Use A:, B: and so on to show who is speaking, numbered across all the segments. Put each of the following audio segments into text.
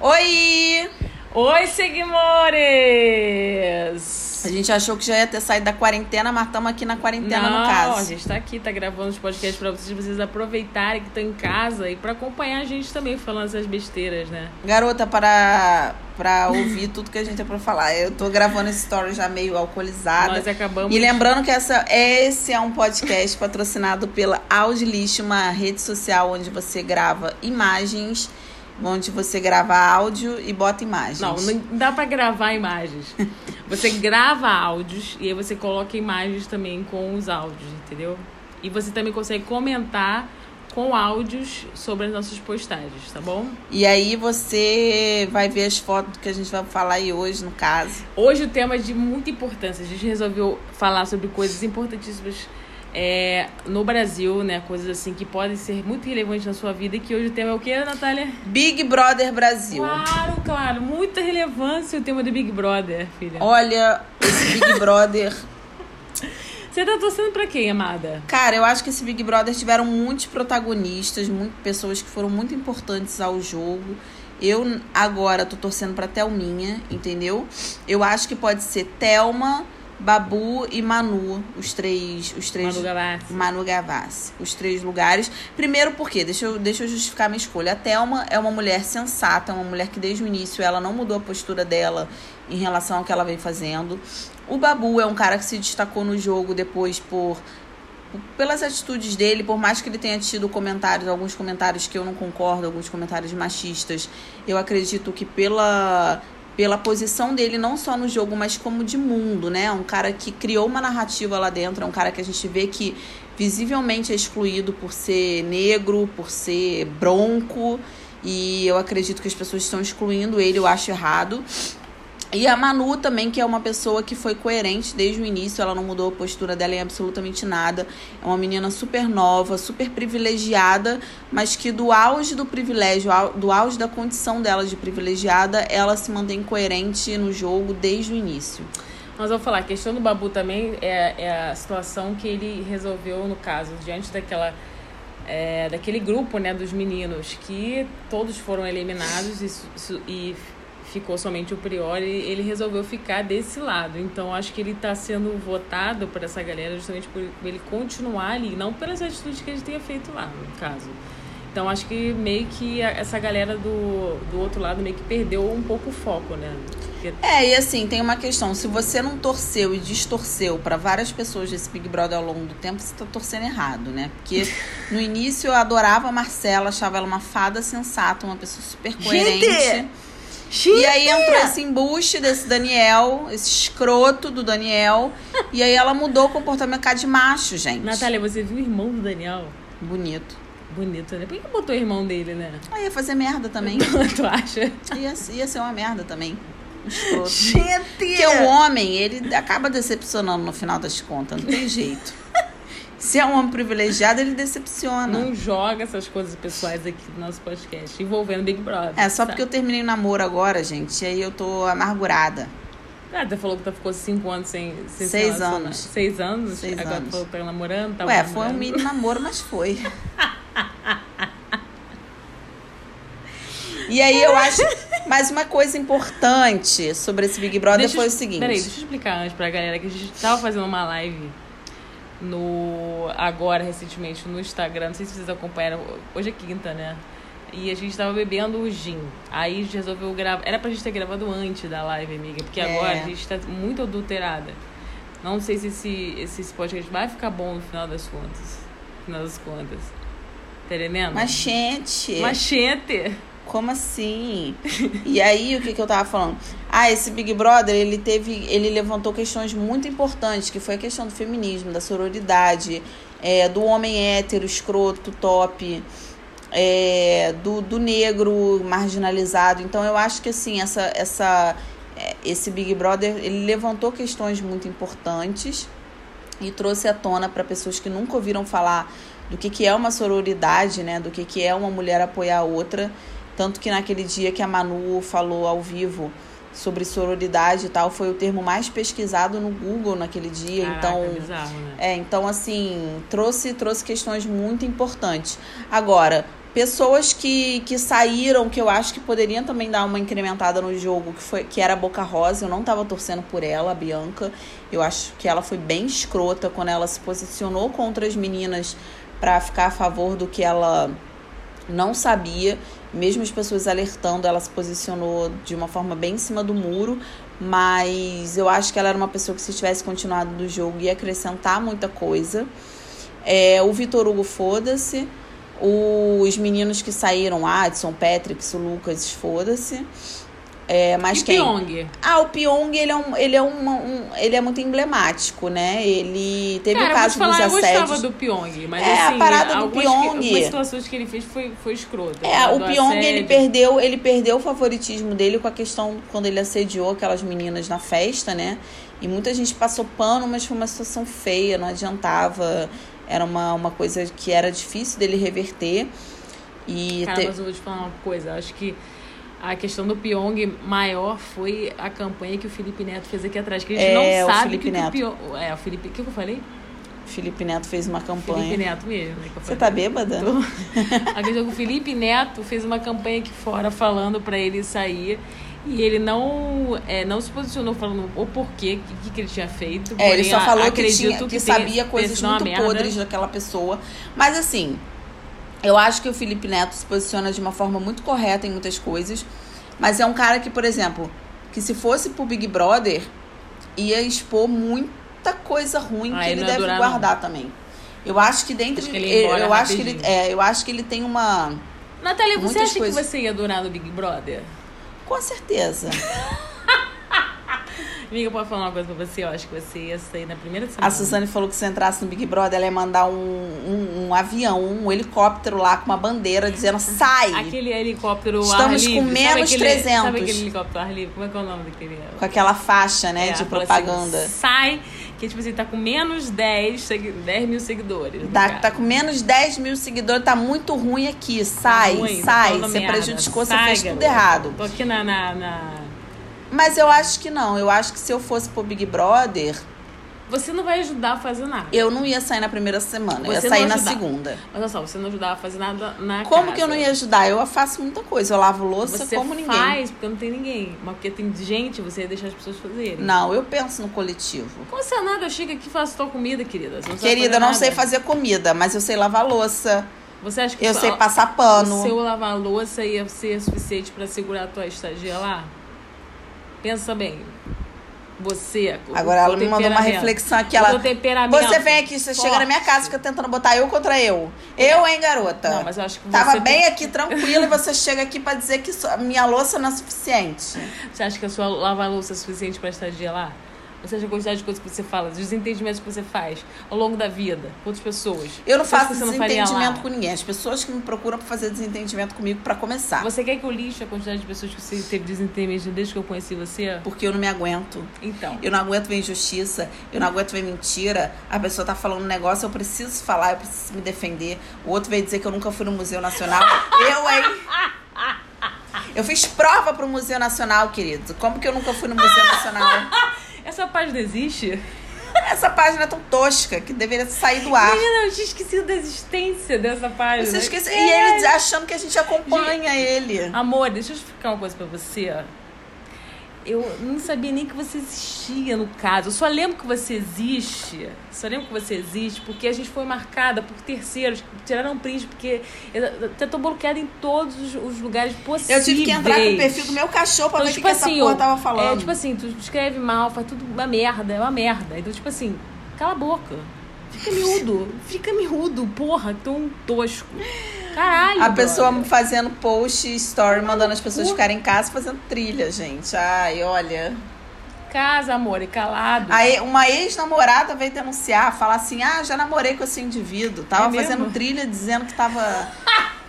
A: Oi!
B: Oi, seguimores!
A: A gente achou que já ia ter saído da quarentena, mas estamos aqui na quarentena
B: Não,
A: no caso.
B: a gente tá aqui, tá gravando os podcasts pra vocês, pra vocês aproveitarem que estão em casa e pra acompanhar a gente também falando essas besteiras, né?
A: Garota, para, para ouvir tudo que a gente tem pra falar. Eu tô gravando esse story já meio alcoolizada.
B: Nós acabamos.
A: E lembrando que essa, esse é um podcast patrocinado pela Audiolist, uma rede social onde você grava imagens, onde você grava áudio e bota imagens.
B: Não, não dá pra gravar imagens. Você grava áudios e aí você coloca imagens também com os áudios, entendeu? E você também consegue comentar com áudios sobre as nossas postagens, tá bom?
A: E aí você vai ver as fotos que a gente vai falar aí hoje, no caso.
B: Hoje o tema é de muita importância. A gente resolveu falar sobre coisas importantíssimas é, no Brasil, né? Coisas assim que podem ser muito relevantes na sua vida. E que hoje o tema é o que, Natália?
A: Big Brother Brasil.
B: Claro, claro. Muita relevância o tema do Big Brother, filha.
A: Olha, esse Big Brother.
B: Você tá torcendo pra quem, amada?
A: Cara, eu acho que esse Big Brother tiveram muitos protagonistas, muito, pessoas que foram muito importantes ao jogo. Eu agora tô torcendo pra Thelminha, entendeu? Eu acho que pode ser Thelma, Babu e Manu, os três, os três
B: Manu Gavassi.
A: Manu Gavassi. Os três lugares. Primeiro porque, deixa eu, deixa eu justificar minha escolha. A Thelma é uma mulher sensata, é uma mulher que desde o início ela não mudou a postura dela em relação ao que ela vem fazendo. O Babu é um cara que se destacou no jogo depois por pelas atitudes dele, por mais que ele tenha tido comentários, alguns comentários que eu não concordo, alguns comentários machistas, eu acredito que pela pela posição dele não só no jogo, mas como de mundo, né? Um cara que criou uma narrativa lá dentro, é um cara que a gente vê que visivelmente é excluído por ser negro, por ser bronco, e eu acredito que as pessoas estão excluindo ele, eu acho errado. E a Manu também, que é uma pessoa que foi coerente desde o início, ela não mudou a postura dela em absolutamente nada. É uma menina super nova, super privilegiada, mas que do auge do privilégio, au- do auge da condição dela de privilegiada, ela se mantém coerente no jogo desde o início.
B: Nós vamos falar, a questão do Babu também é, é a situação que ele resolveu, no caso, diante daquela. é, daquele grupo, né, dos meninos, que todos foram eliminados e, su- su- e ficou somente o Priori, ele resolveu ficar desse lado. Então, acho que ele está sendo votado por essa galera justamente por ele continuar ali, não pelas atitudes que ele tenha feito lá, no caso. Então, acho que meio que a- essa galera do, do outro lado meio que perdeu um pouco o foco, né? Porque
A: É, e assim, tem uma questão. Se você não torceu e distorceu pra várias pessoas desse Big Brother ao longo do tempo, você tá torcendo errado, né? Porque no início eu adorava a Marcela, achava ela uma fada sensata, uma pessoa super coerente. E aí entrou esse embuste desse Daniel, esse escroto do Daniel. e aí ela mudou o comportamento cá de macho, gente.
B: Natália, você viu o irmão do Daniel?
A: Bonito.
B: Bonito, né? Por que que botou o irmão dele, né?
A: Aí ia fazer merda também.
B: tu acha?
A: Ia, ia ser uma merda também. Um escroto.
B: Gente!
A: Porque o homem, ele acaba decepcionando no final das contas, não tem jeito. Se é um homem privilegiado, ele decepciona. É,
B: Não joga essas coisas pessoais aqui do nosso podcast envolvendo Big Brother.
A: É, só porque eu terminei o namoro agora, gente, e aí eu tô amargurada.
B: Ah, tu falou que tu ficou cinco anos sem. sem
A: Seis
B: relacionar.
A: anos.
B: Seis anos?
A: Seis
B: Agora
A: anos.
B: tu falou que tá namorando? Tá
A: Ué,
B: namorando.
A: foi um mini namoro, mas foi. E aí eu acho. Mas uma coisa importante sobre esse Big Brother
B: Deixa eu-
A: foi o seguinte.
B: Peraí, deixa eu explicar antes pra galera que a gente tava fazendo uma live no agora, recentemente, no Instagram. Não sei se vocês acompanharam. Hoje é quinta, né? E a gente tava bebendo o gin. Aí a gente resolveu gravar. Era pra gente ter gravado antes da live, amiga, porque
A: É.
B: agora a gente tá muito adulterada. Não sei se esse, esse, esse podcast vai ficar bom no final das contas. No final das contas. Tá entendendo?
A: Mas, gente.
B: Machete!
A: Como assim? E aí, o que, que eu tava falando? Ah, esse Big Brother, ele teve. Ele levantou questões muito importantes, que foi a questão do feminismo, da sororidade, é, do homem hétero, escroto, top, é, do, do negro marginalizado. Então eu acho que assim, essa, essa, é, esse Big Brother, ele levantou questões muito importantes e trouxe à tona para pessoas que nunca ouviram falar do que, que é uma sororidade, né? Do que, que é uma mulher apoiar a outra. Tanto que naquele dia que a Manu falou ao vivo sobre sororidade e tal, foi o termo mais pesquisado no Google naquele dia.
B: Caraca,
A: então,
B: bizarro, né?
A: é, então assim, trouxe, trouxe questões muito importantes. Agora, Pessoas que, que saíram, que eu acho que poderiam também dar uma incrementada no jogo, que, foi, que era a Boca Rosa. Eu não tava torcendo por ela, a Bianca. Eu acho que ela foi bem escrota quando ela se posicionou contra as meninas para ficar a favor do que ela não sabia. Mesmo as pessoas alertando, ela se posicionou de uma forma bem em cima do muro. Mas eu acho que ela era uma pessoa que, se tivesse continuado do jogo, ia acrescentar muita coisa. É, o Vitor Hugo, foda-se. Os meninos que saíram, Adson, Patrick, Lucas, foda-se. É, mas
B: e
A: quem?
B: Pyong?
A: Ah, o Pyong, ele é, um, ele, é uma- um- ele é muito emblemático, né? Ele teve
B: Cara,
A: o caso
B: vou te falar,
A: dos
B: eu gostava
A: assédios.
B: do Pyong, mas
A: É, a
B: assim,
A: parada do
B: algumas,
A: Pyong.
B: Que, algumas situações que ele fez foi, foi escrota.
A: É,
B: né?
A: o
B: Do
A: Pyong, ele
B: assédio.
A: perdeu, ele perdeu o favoritismo dele com a questão quando ele assediou aquelas meninas na festa, né? E muita gente passou pano, mas foi uma situação feia, não adiantava. Era uma, uma coisa que era difícil dele reverter. E
B: Cara,
A: te-
B: mas eu vou te falar uma coisa. Acho que a questão do Pyong maior foi a campanha que o Felipe Neto fez aqui atrás. Que a gente
A: É, o
B: não sabe
A: Felipe
B: que, que
A: Neto.
B: o Pyong... É, o Felipe... O que, que eu falei?
A: Felipe Neto fez uma
B: Felipe
A: campanha.
B: Neto mesmo. Né, que eu
A: Você
B: falei.
A: tá bêbada?
B: Tô. A questão que o Felipe Neto fez uma campanha aqui fora falando pra ele sair. E ele não, é, não se posicionou falando o porquê, o que, que ele tinha feito.
A: É, ele
B: porém,
A: só
B: a-
A: falou que,
B: acredito
A: tinha, que,
B: tenha-
A: sabia
B: tenha
A: coisas
B: sido uma
A: muito
B: merda.
A: podres daquela pessoa. Mas assim, eu acho que o Felipe Neto se posiciona de uma forma muito correta em muitas coisas. Mas é um cara que, por exemplo, que se fosse pro Big Brother, ia expor muita coisa ruim
B: Ah,
A: que
B: ele
A: ele
B: não ia
A: deve
B: durar, não.
A: guardar também. Eu acho que dentro
B: Acho que ele ia
A: eu,
B: embora
A: eu acho que ele
B: rapidinho.
A: é, eu acho que ele tem uma
B: Natália, você
A: Muitas
B: acha
A: coisas.
B: que você ia durar no Big Brother?
A: com certeza.
B: Amiga, eu posso falar uma coisa pra você? Eu acho que você ia sair na primeira semana.
A: A Suzane falou que se entrasse no Big Brother, ela ia mandar um, um, um avião, um helicóptero lá com uma bandeira dizendo sai.
B: Aquele helicóptero ar
A: Estamos
B: livre.
A: com
B: sabe
A: menos
B: aquele,
A: 300.
B: Sabe aquele helicóptero ar livre? Como é que é o nome daquele?
A: com aquela faixa, né,
B: É,
A: de
B: fala assim,
A: propaganda. Tá,
B: sai, que tipo assim, tá com menos 10, segui- 10 mil seguidores.
A: Tá,
B: cara.
A: tá com menos 10 mil seguidores, tá muito ruim aqui. Sai,
B: ruim, tá
A: sai.
B: falando
A: Você
B: merda.
A: prejudicou, você
B: Sai,
A: fez tudo
B: garota.
A: errado.
B: Tô aqui na. na, na-
A: Mas eu acho que não. Eu acho que se eu fosse pro Big Brother,
B: Você não vai ajudar a fazer nada.
A: eu não ia sair na primeira semana. Eu ia
B: Você não
A: sair na
B: ajudar.
A: segunda.
B: Mas olha só, você não ajudar a fazer nada na
A: Como
B: casa.
A: que eu não ia ajudar? Eu faço muita coisa. Eu lavo louça
B: Você
A: como ninguém.
B: faz porque não tem ninguém. Mas porque tem gente, você ia deixar as pessoas fazerem.
A: Não, eu penso no coletivo.
B: Como você é nada, eu chego aqui e faço tua comida, querida. Você não sabe
A: Querida, eu não
B: nada.
A: sei fazer comida, mas eu sei lavar louça.
B: Você acha que
A: Eu
B: só-
A: sei passar
B: O
A: pano.
B: seu lavar a louça ia ser suficiente pra segurar a tua estadia lá? Pensa bem. Você. o
A: Agora
B: teu
A: ela me mandou uma
B: temperamento.
A: reflexão aqui.
B: O
A: Ela,
B: teu temperamento
A: Você vem aqui, você chega na minha casa,
B: forte.
A: fica tentando botar eu contra eu. Eu, hein, garota?
B: Não, mas eu acho que
A: Tava
B: você
A: bem aqui, tranquila, e você chega aqui pra dizer que sua- minha louça não é suficiente.
B: Você acha que a sua lava-louça é suficiente pra estadia lá? Você acha a quantidade de coisas que você fala, os entendimentos que você faz ao longo da vida, com outras pessoas?
A: Eu não
B: Você acha
A: faço
B: que você não faria
A: desentendimento
B: lá?
A: com ninguém. As pessoas que me procuram pra fazer desentendimento comigo pra começar.
B: Você quer que eu lixe a quantidade de pessoas que você teve desentendimento desde que eu conheci você?
A: Porque eu não me aguento.
B: Então.
A: Eu não aguento ver injustiça, eu não aguento ver mentira. A pessoa tá falando um negócio, eu preciso falar, eu preciso me defender. O outro veio dizer que eu nunca fui no Museu Nacional. eu, hein? Eu fiz prova pro Museu Nacional, querido. Como que eu nunca fui no Museu Nacional?
B: Essa página existe?
A: Essa página é tão tosca que deveria sair do ar.
B: Menina, eu tinha esquecido da existência dessa página.
A: Você esquece... E ele achando que a gente acompanha ele.
B: Amor, deixa eu explicar uma coisa pra você. Eu não sabia nem que você existia, no caso. Eu só lembro que você existe. Só lembro que você existe porque a gente foi marcada por terceiros que tiraram print, porque eu eu tô bloqueada em todos os, os lugares possíveis.
A: Eu tive que entrar com o perfil do meu cachorro pra
B: Então,
A: ver o que
B: tipo
A: que
B: assim,
A: essa porra
B: eu-
A: tava falando.
B: É, tipo assim, tu escreve mal, faz tudo uma merda, é uma merda. Então, tipo assim, cala a boca. Fica miúdo, fica miúdo, porra, tão tosco. Caralho.
A: A pessoa
B: brother.
A: fazendo post, story, mandando as pessoas ficarem em casa fazendo trilha, gente. Ai, olha.
B: Casa, amor, e calado.
A: Aí uma ex-namorada veio denunciar, falar assim: ah, já namorei com esse indivíduo. Tava
B: É
A: fazendo
B: mesmo?
A: trilha, dizendo que tava.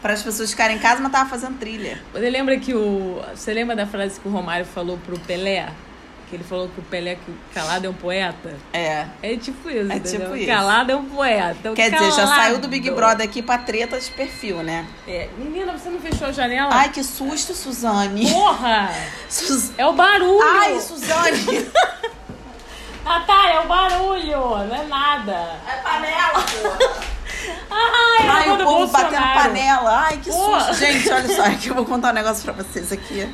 A: para as pessoas ficarem em casa, mas tava fazendo trilha.
B: Você lembra que o. Você lembra da frase que o Romário falou pro Pelé? Que ele falou que o Pelé que o calado é um poeta?
A: É.
B: É tipo isso,
A: É
B: entendeu?
A: tipo isso.
B: Calado é um poeta. o
A: Quer dizer, já
B: calado.
A: saiu do Big Brother aqui pra treta de perfil, né?
B: É, menina, você não fechou a janela?
A: Ai, que susto, Suzane.
B: Porra!
A: Suz...
B: É o barulho! Ah,
A: Ai, Suzane.
B: Natália, é o tá, barulho! Não é nada!
A: É panela, porra.
B: Ai,
A: Ai,
B: ela
A: o
B: do
A: povo batendo
B: Bolsonaro.
A: panela. Ai, que
B: Pô.
A: susto. Gente, olha só, é que eu vou contar um negócio pra vocês aqui.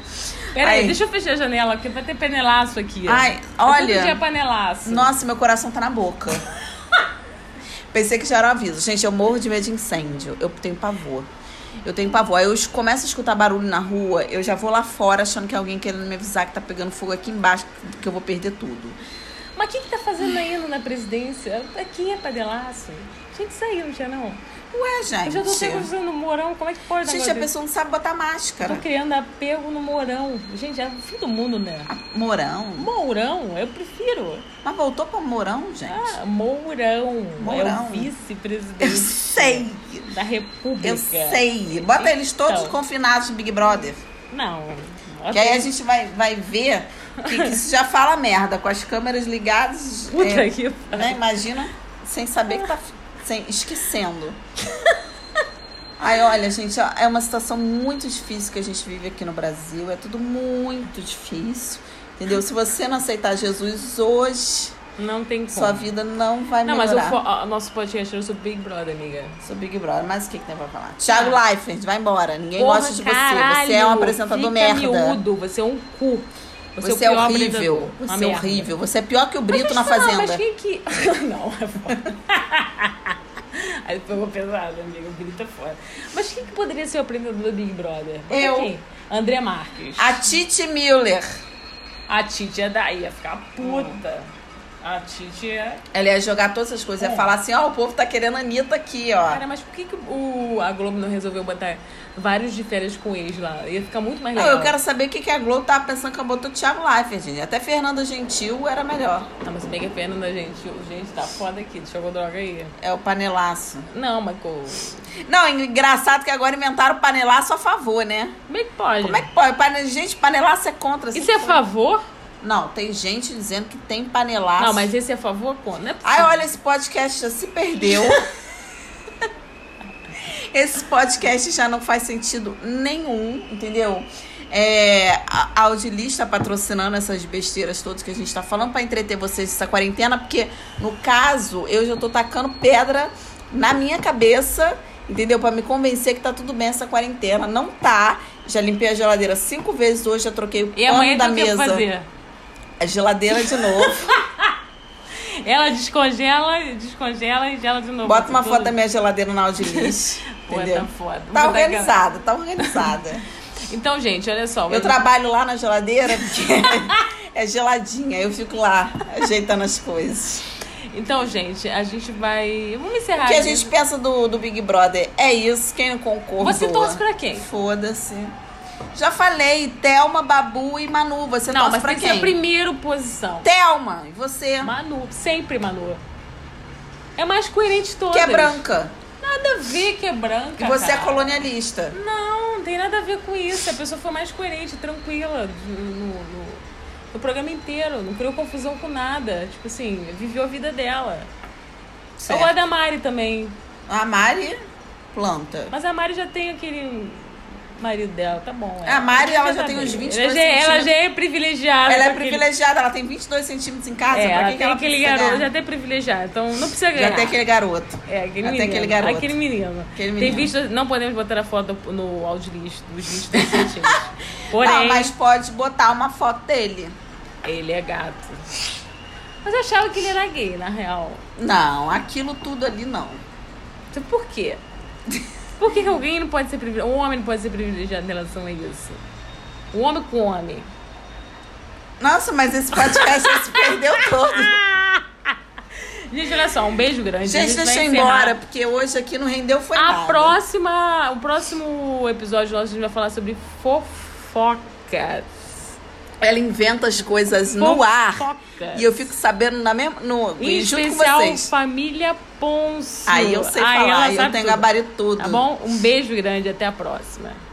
B: Peraí,
A: Ai.
B: deixa eu fechar a janela, porque vai ter panelaço aqui.
A: Ai,
B: É Todo dia
A: olha.
B: panelaço.
A: Nossa, meu coração tá na boca. Pensei que já era um aviso. Gente, eu morro de medo de incêndio. Eu tenho pavor. Eu tenho pavor. Aí eu es- começo a escutar barulho na rua, eu já vou lá fora achando que é alguém querendo me avisar que tá pegando fogo aqui embaixo, que eu vou perder tudo.
B: Mas quem que tá fazendo aí na presidência? Quem é panelaço? Tinha que sair, não tinha não?
A: Ué,
B: Eu já tô sempre
A: gente.
B: usando no Mourão, como é que pode
A: Gente,
B: agora?
A: a pessoa não sabe botar máscara.
B: Tô criando apego no Mourão. Gente, é o fim do mundo, né?
A: Ah. Mourão.
B: Mourão, eu prefiro.
A: Mas voltou pra Mourão, gente?
B: Ah, Mourão. É o
A: Mourão. Eu
B: vice-presidente
A: sei.
B: da República.
A: Eu sei. Bota eles todos
B: Então.
A: confinados no Big Brother.
B: Não. Tá
A: Que é- aí a gente vai, vai ver que, que isso já fala merda. Com as câmeras ligadas.
B: Puta
A: é,
B: que
A: né? Imagina sem saber que tá f- sem, esquecendo. Ai, olha, gente, ó, é uma situação muito difícil que a gente vive aqui no Brasil. É tudo muito difícil. Entendeu? Se você não aceitar Jesus hoje,
B: Não tem como.
A: sua vida não vai
B: Não, mas
A: melhorar.
B: o, fo- o nosso podcast era sobre Big Brother, amiga.
A: Sou Big Brother, mas o que, que tem pra falar? Thiago Leifert, vai embora. Ninguém
B: Tá. Porra,
A: gosta de você.
B: caralho,
A: você é um apresentador
B: fica
A: merda.
B: miúdo, você é um cu.
A: Você,
B: o
A: é
B: pior
A: horrível.
B: apresentador. Uma
A: Você é
B: merda.
A: horrível. Você é pior que o
B: Mas
A: Brito na
B: deixa eu te falar,
A: Fazenda.
B: Mas quem que. não, é foda. Aí pegou pesado, amigo. Grita fora. Mas quem que poderia ser o apresentador do Big Brother? Bota
A: Eu.
B: Quem? André Marques.
A: A Titi Miller.
B: A Titi é daí, ia ficar puta. A Titi é.
A: Ela ia jogar todas essas coisas. Ia
B: É.
A: falar assim, ó, o povo tá querendo a Anitta aqui, ó.
B: Cara, mas por que, que o, a Globo não resolveu botar vários de férias com eles lá? Ia ficar muito mais
A: Não,
B: legal.
A: eu quero saber o que, que a Globo tava pensando que eu botou o Thiago Leifert, gente. Até Fernanda Gentil era melhor.
B: Ah, mas se bem que é Fernanda, gente. Gente, tá foda aqui. Jogou droga aí.
A: É o panelaço.
B: Não, mas co-
A: Não, é engraçado que agora inventaram o panelaço a favor, né?
B: como é que pode?
A: Como é que pode? Pane- Gente, panelaço é contra.
B: Isso
A: sempre
B: é a
A: foi.
B: favor?
A: Não, tem gente dizendo que tem panelaço.
B: Não, mas esse é a favor quando? Não é possível.
A: Ai, olha, esse podcast já se perdeu. esse podcast já não faz sentido nenhum, entendeu? É, a a Audilis está patrocinando essas besteiras todas que a gente tá falando para entreter vocês essa quarentena, porque no caso eu já tô tacando pedra na minha cabeça, entendeu? Para me convencer que tá tudo bem essa quarentena. Não tá. Já limpei a geladeira cinco vezes hoje, já troquei o
B: E
A: pano
B: amanhã
A: da
B: tem o que
A: mesa.
B: fazer.
A: A geladeira de novo.
B: Ela descongela, descongela e gela de novo.
A: Bota uma
B: Tudo-
A: foto da minha geladeira na Audilis.
B: Pô,
A: entendeu?
B: Tá
A: Tá
B: foda. Vou botar aquela-
A: organizada, tá organizada.
B: Então, gente, olha só.
A: Eu
B: mas-
A: trabalho lá na geladeira porque é geladinha, eu fico lá ajeitando as coisas.
B: Então, gente, a gente vai. Vamos encerrar.
A: O que a
B: aqui.
A: gente pensa do, do Big Brother é isso, quem não concorda.
B: Você torce pra quem?
A: Foda-se. Já falei, Thelma, Babu e Manu, você
B: Não,
A: torce
B: mas
A: pra
B: tem que ser
A: quem? Tá.
B: a primeira posição.
A: Thelma, e você,
B: Manu, sempre Manu. É mais coerente toda.
A: que é branca.
B: Nada a ver que é branca.
A: E você é
B: cara.
A: colonialista.
B: Não, não tem nada a ver com isso. A pessoa foi mais coerente, tranquila no, no- no- no programa inteiro. Não criou confusão com nada. Tipo assim, viveu a vida dela. Eu gosto
A: Certo.
B: da Mari também.
A: A Mari, planta.
B: Mas a Mari já tem aquele marido dela, tá bom.
A: A Mari, ela já
B: Tá
A: tem
B: bem.
A: uns
B: Ela
A: 22
B: já, é- ela
A: centímetros.
B: já é privilegiada.
A: Ela é
B: com aquele-
A: privilegiada, ela tem 22 centímetros em casa.
B: É,
A: pra
B: ela
A: que que
B: tem
A: ela
B: aquele
A: precisa
B: garoto,
A: ganhar?
B: já tem privilegiado. Então não precisa ganhar.
A: Já tem aquele garoto.
B: É, aquele
A: Já tem
B: menino.
A: aquele garoto.
B: Aquele menino.
A: Aquele
B: Tem
A: menino.
B: visto, não podemos botar a foto no áudio list dos 22 centímetros. Porém,
A: Não, mas pode botar uma foto dele.
B: ele é gato. Mas eu achava que ele era gay, na real.
A: Não, aquilo tudo ali não.
B: Então, por quê? Por que, que alguém não pode ser privilegiado? Um homem não pode ser privilegiado em relação a isso. Um homem com homem.
A: Nossa, mas esse podcast já se perdeu todo.
B: Gente, olha só, um beijo grande. A
A: Gente,
B: vai
A: deixa eu ir
B: encerrar.
A: embora, porque hoje aqui não rendeu foi
B: A
A: nada.
B: próxima, o próximo episódio nosso a gente vai falar sobre fofocas.
A: Ela inventa as coisas no ar. E eu fico sabendo na mesma, no,
B: Em
A: junto com
B: especial,
A: vocês.
B: família Ponce.
A: Aí eu sei
B: Aí ela
A: falar, eu
B: sabe
A: tenho
B: tudo.
A: gabarito tudo.
B: Tá bom? Um beijo grande, até a próxima.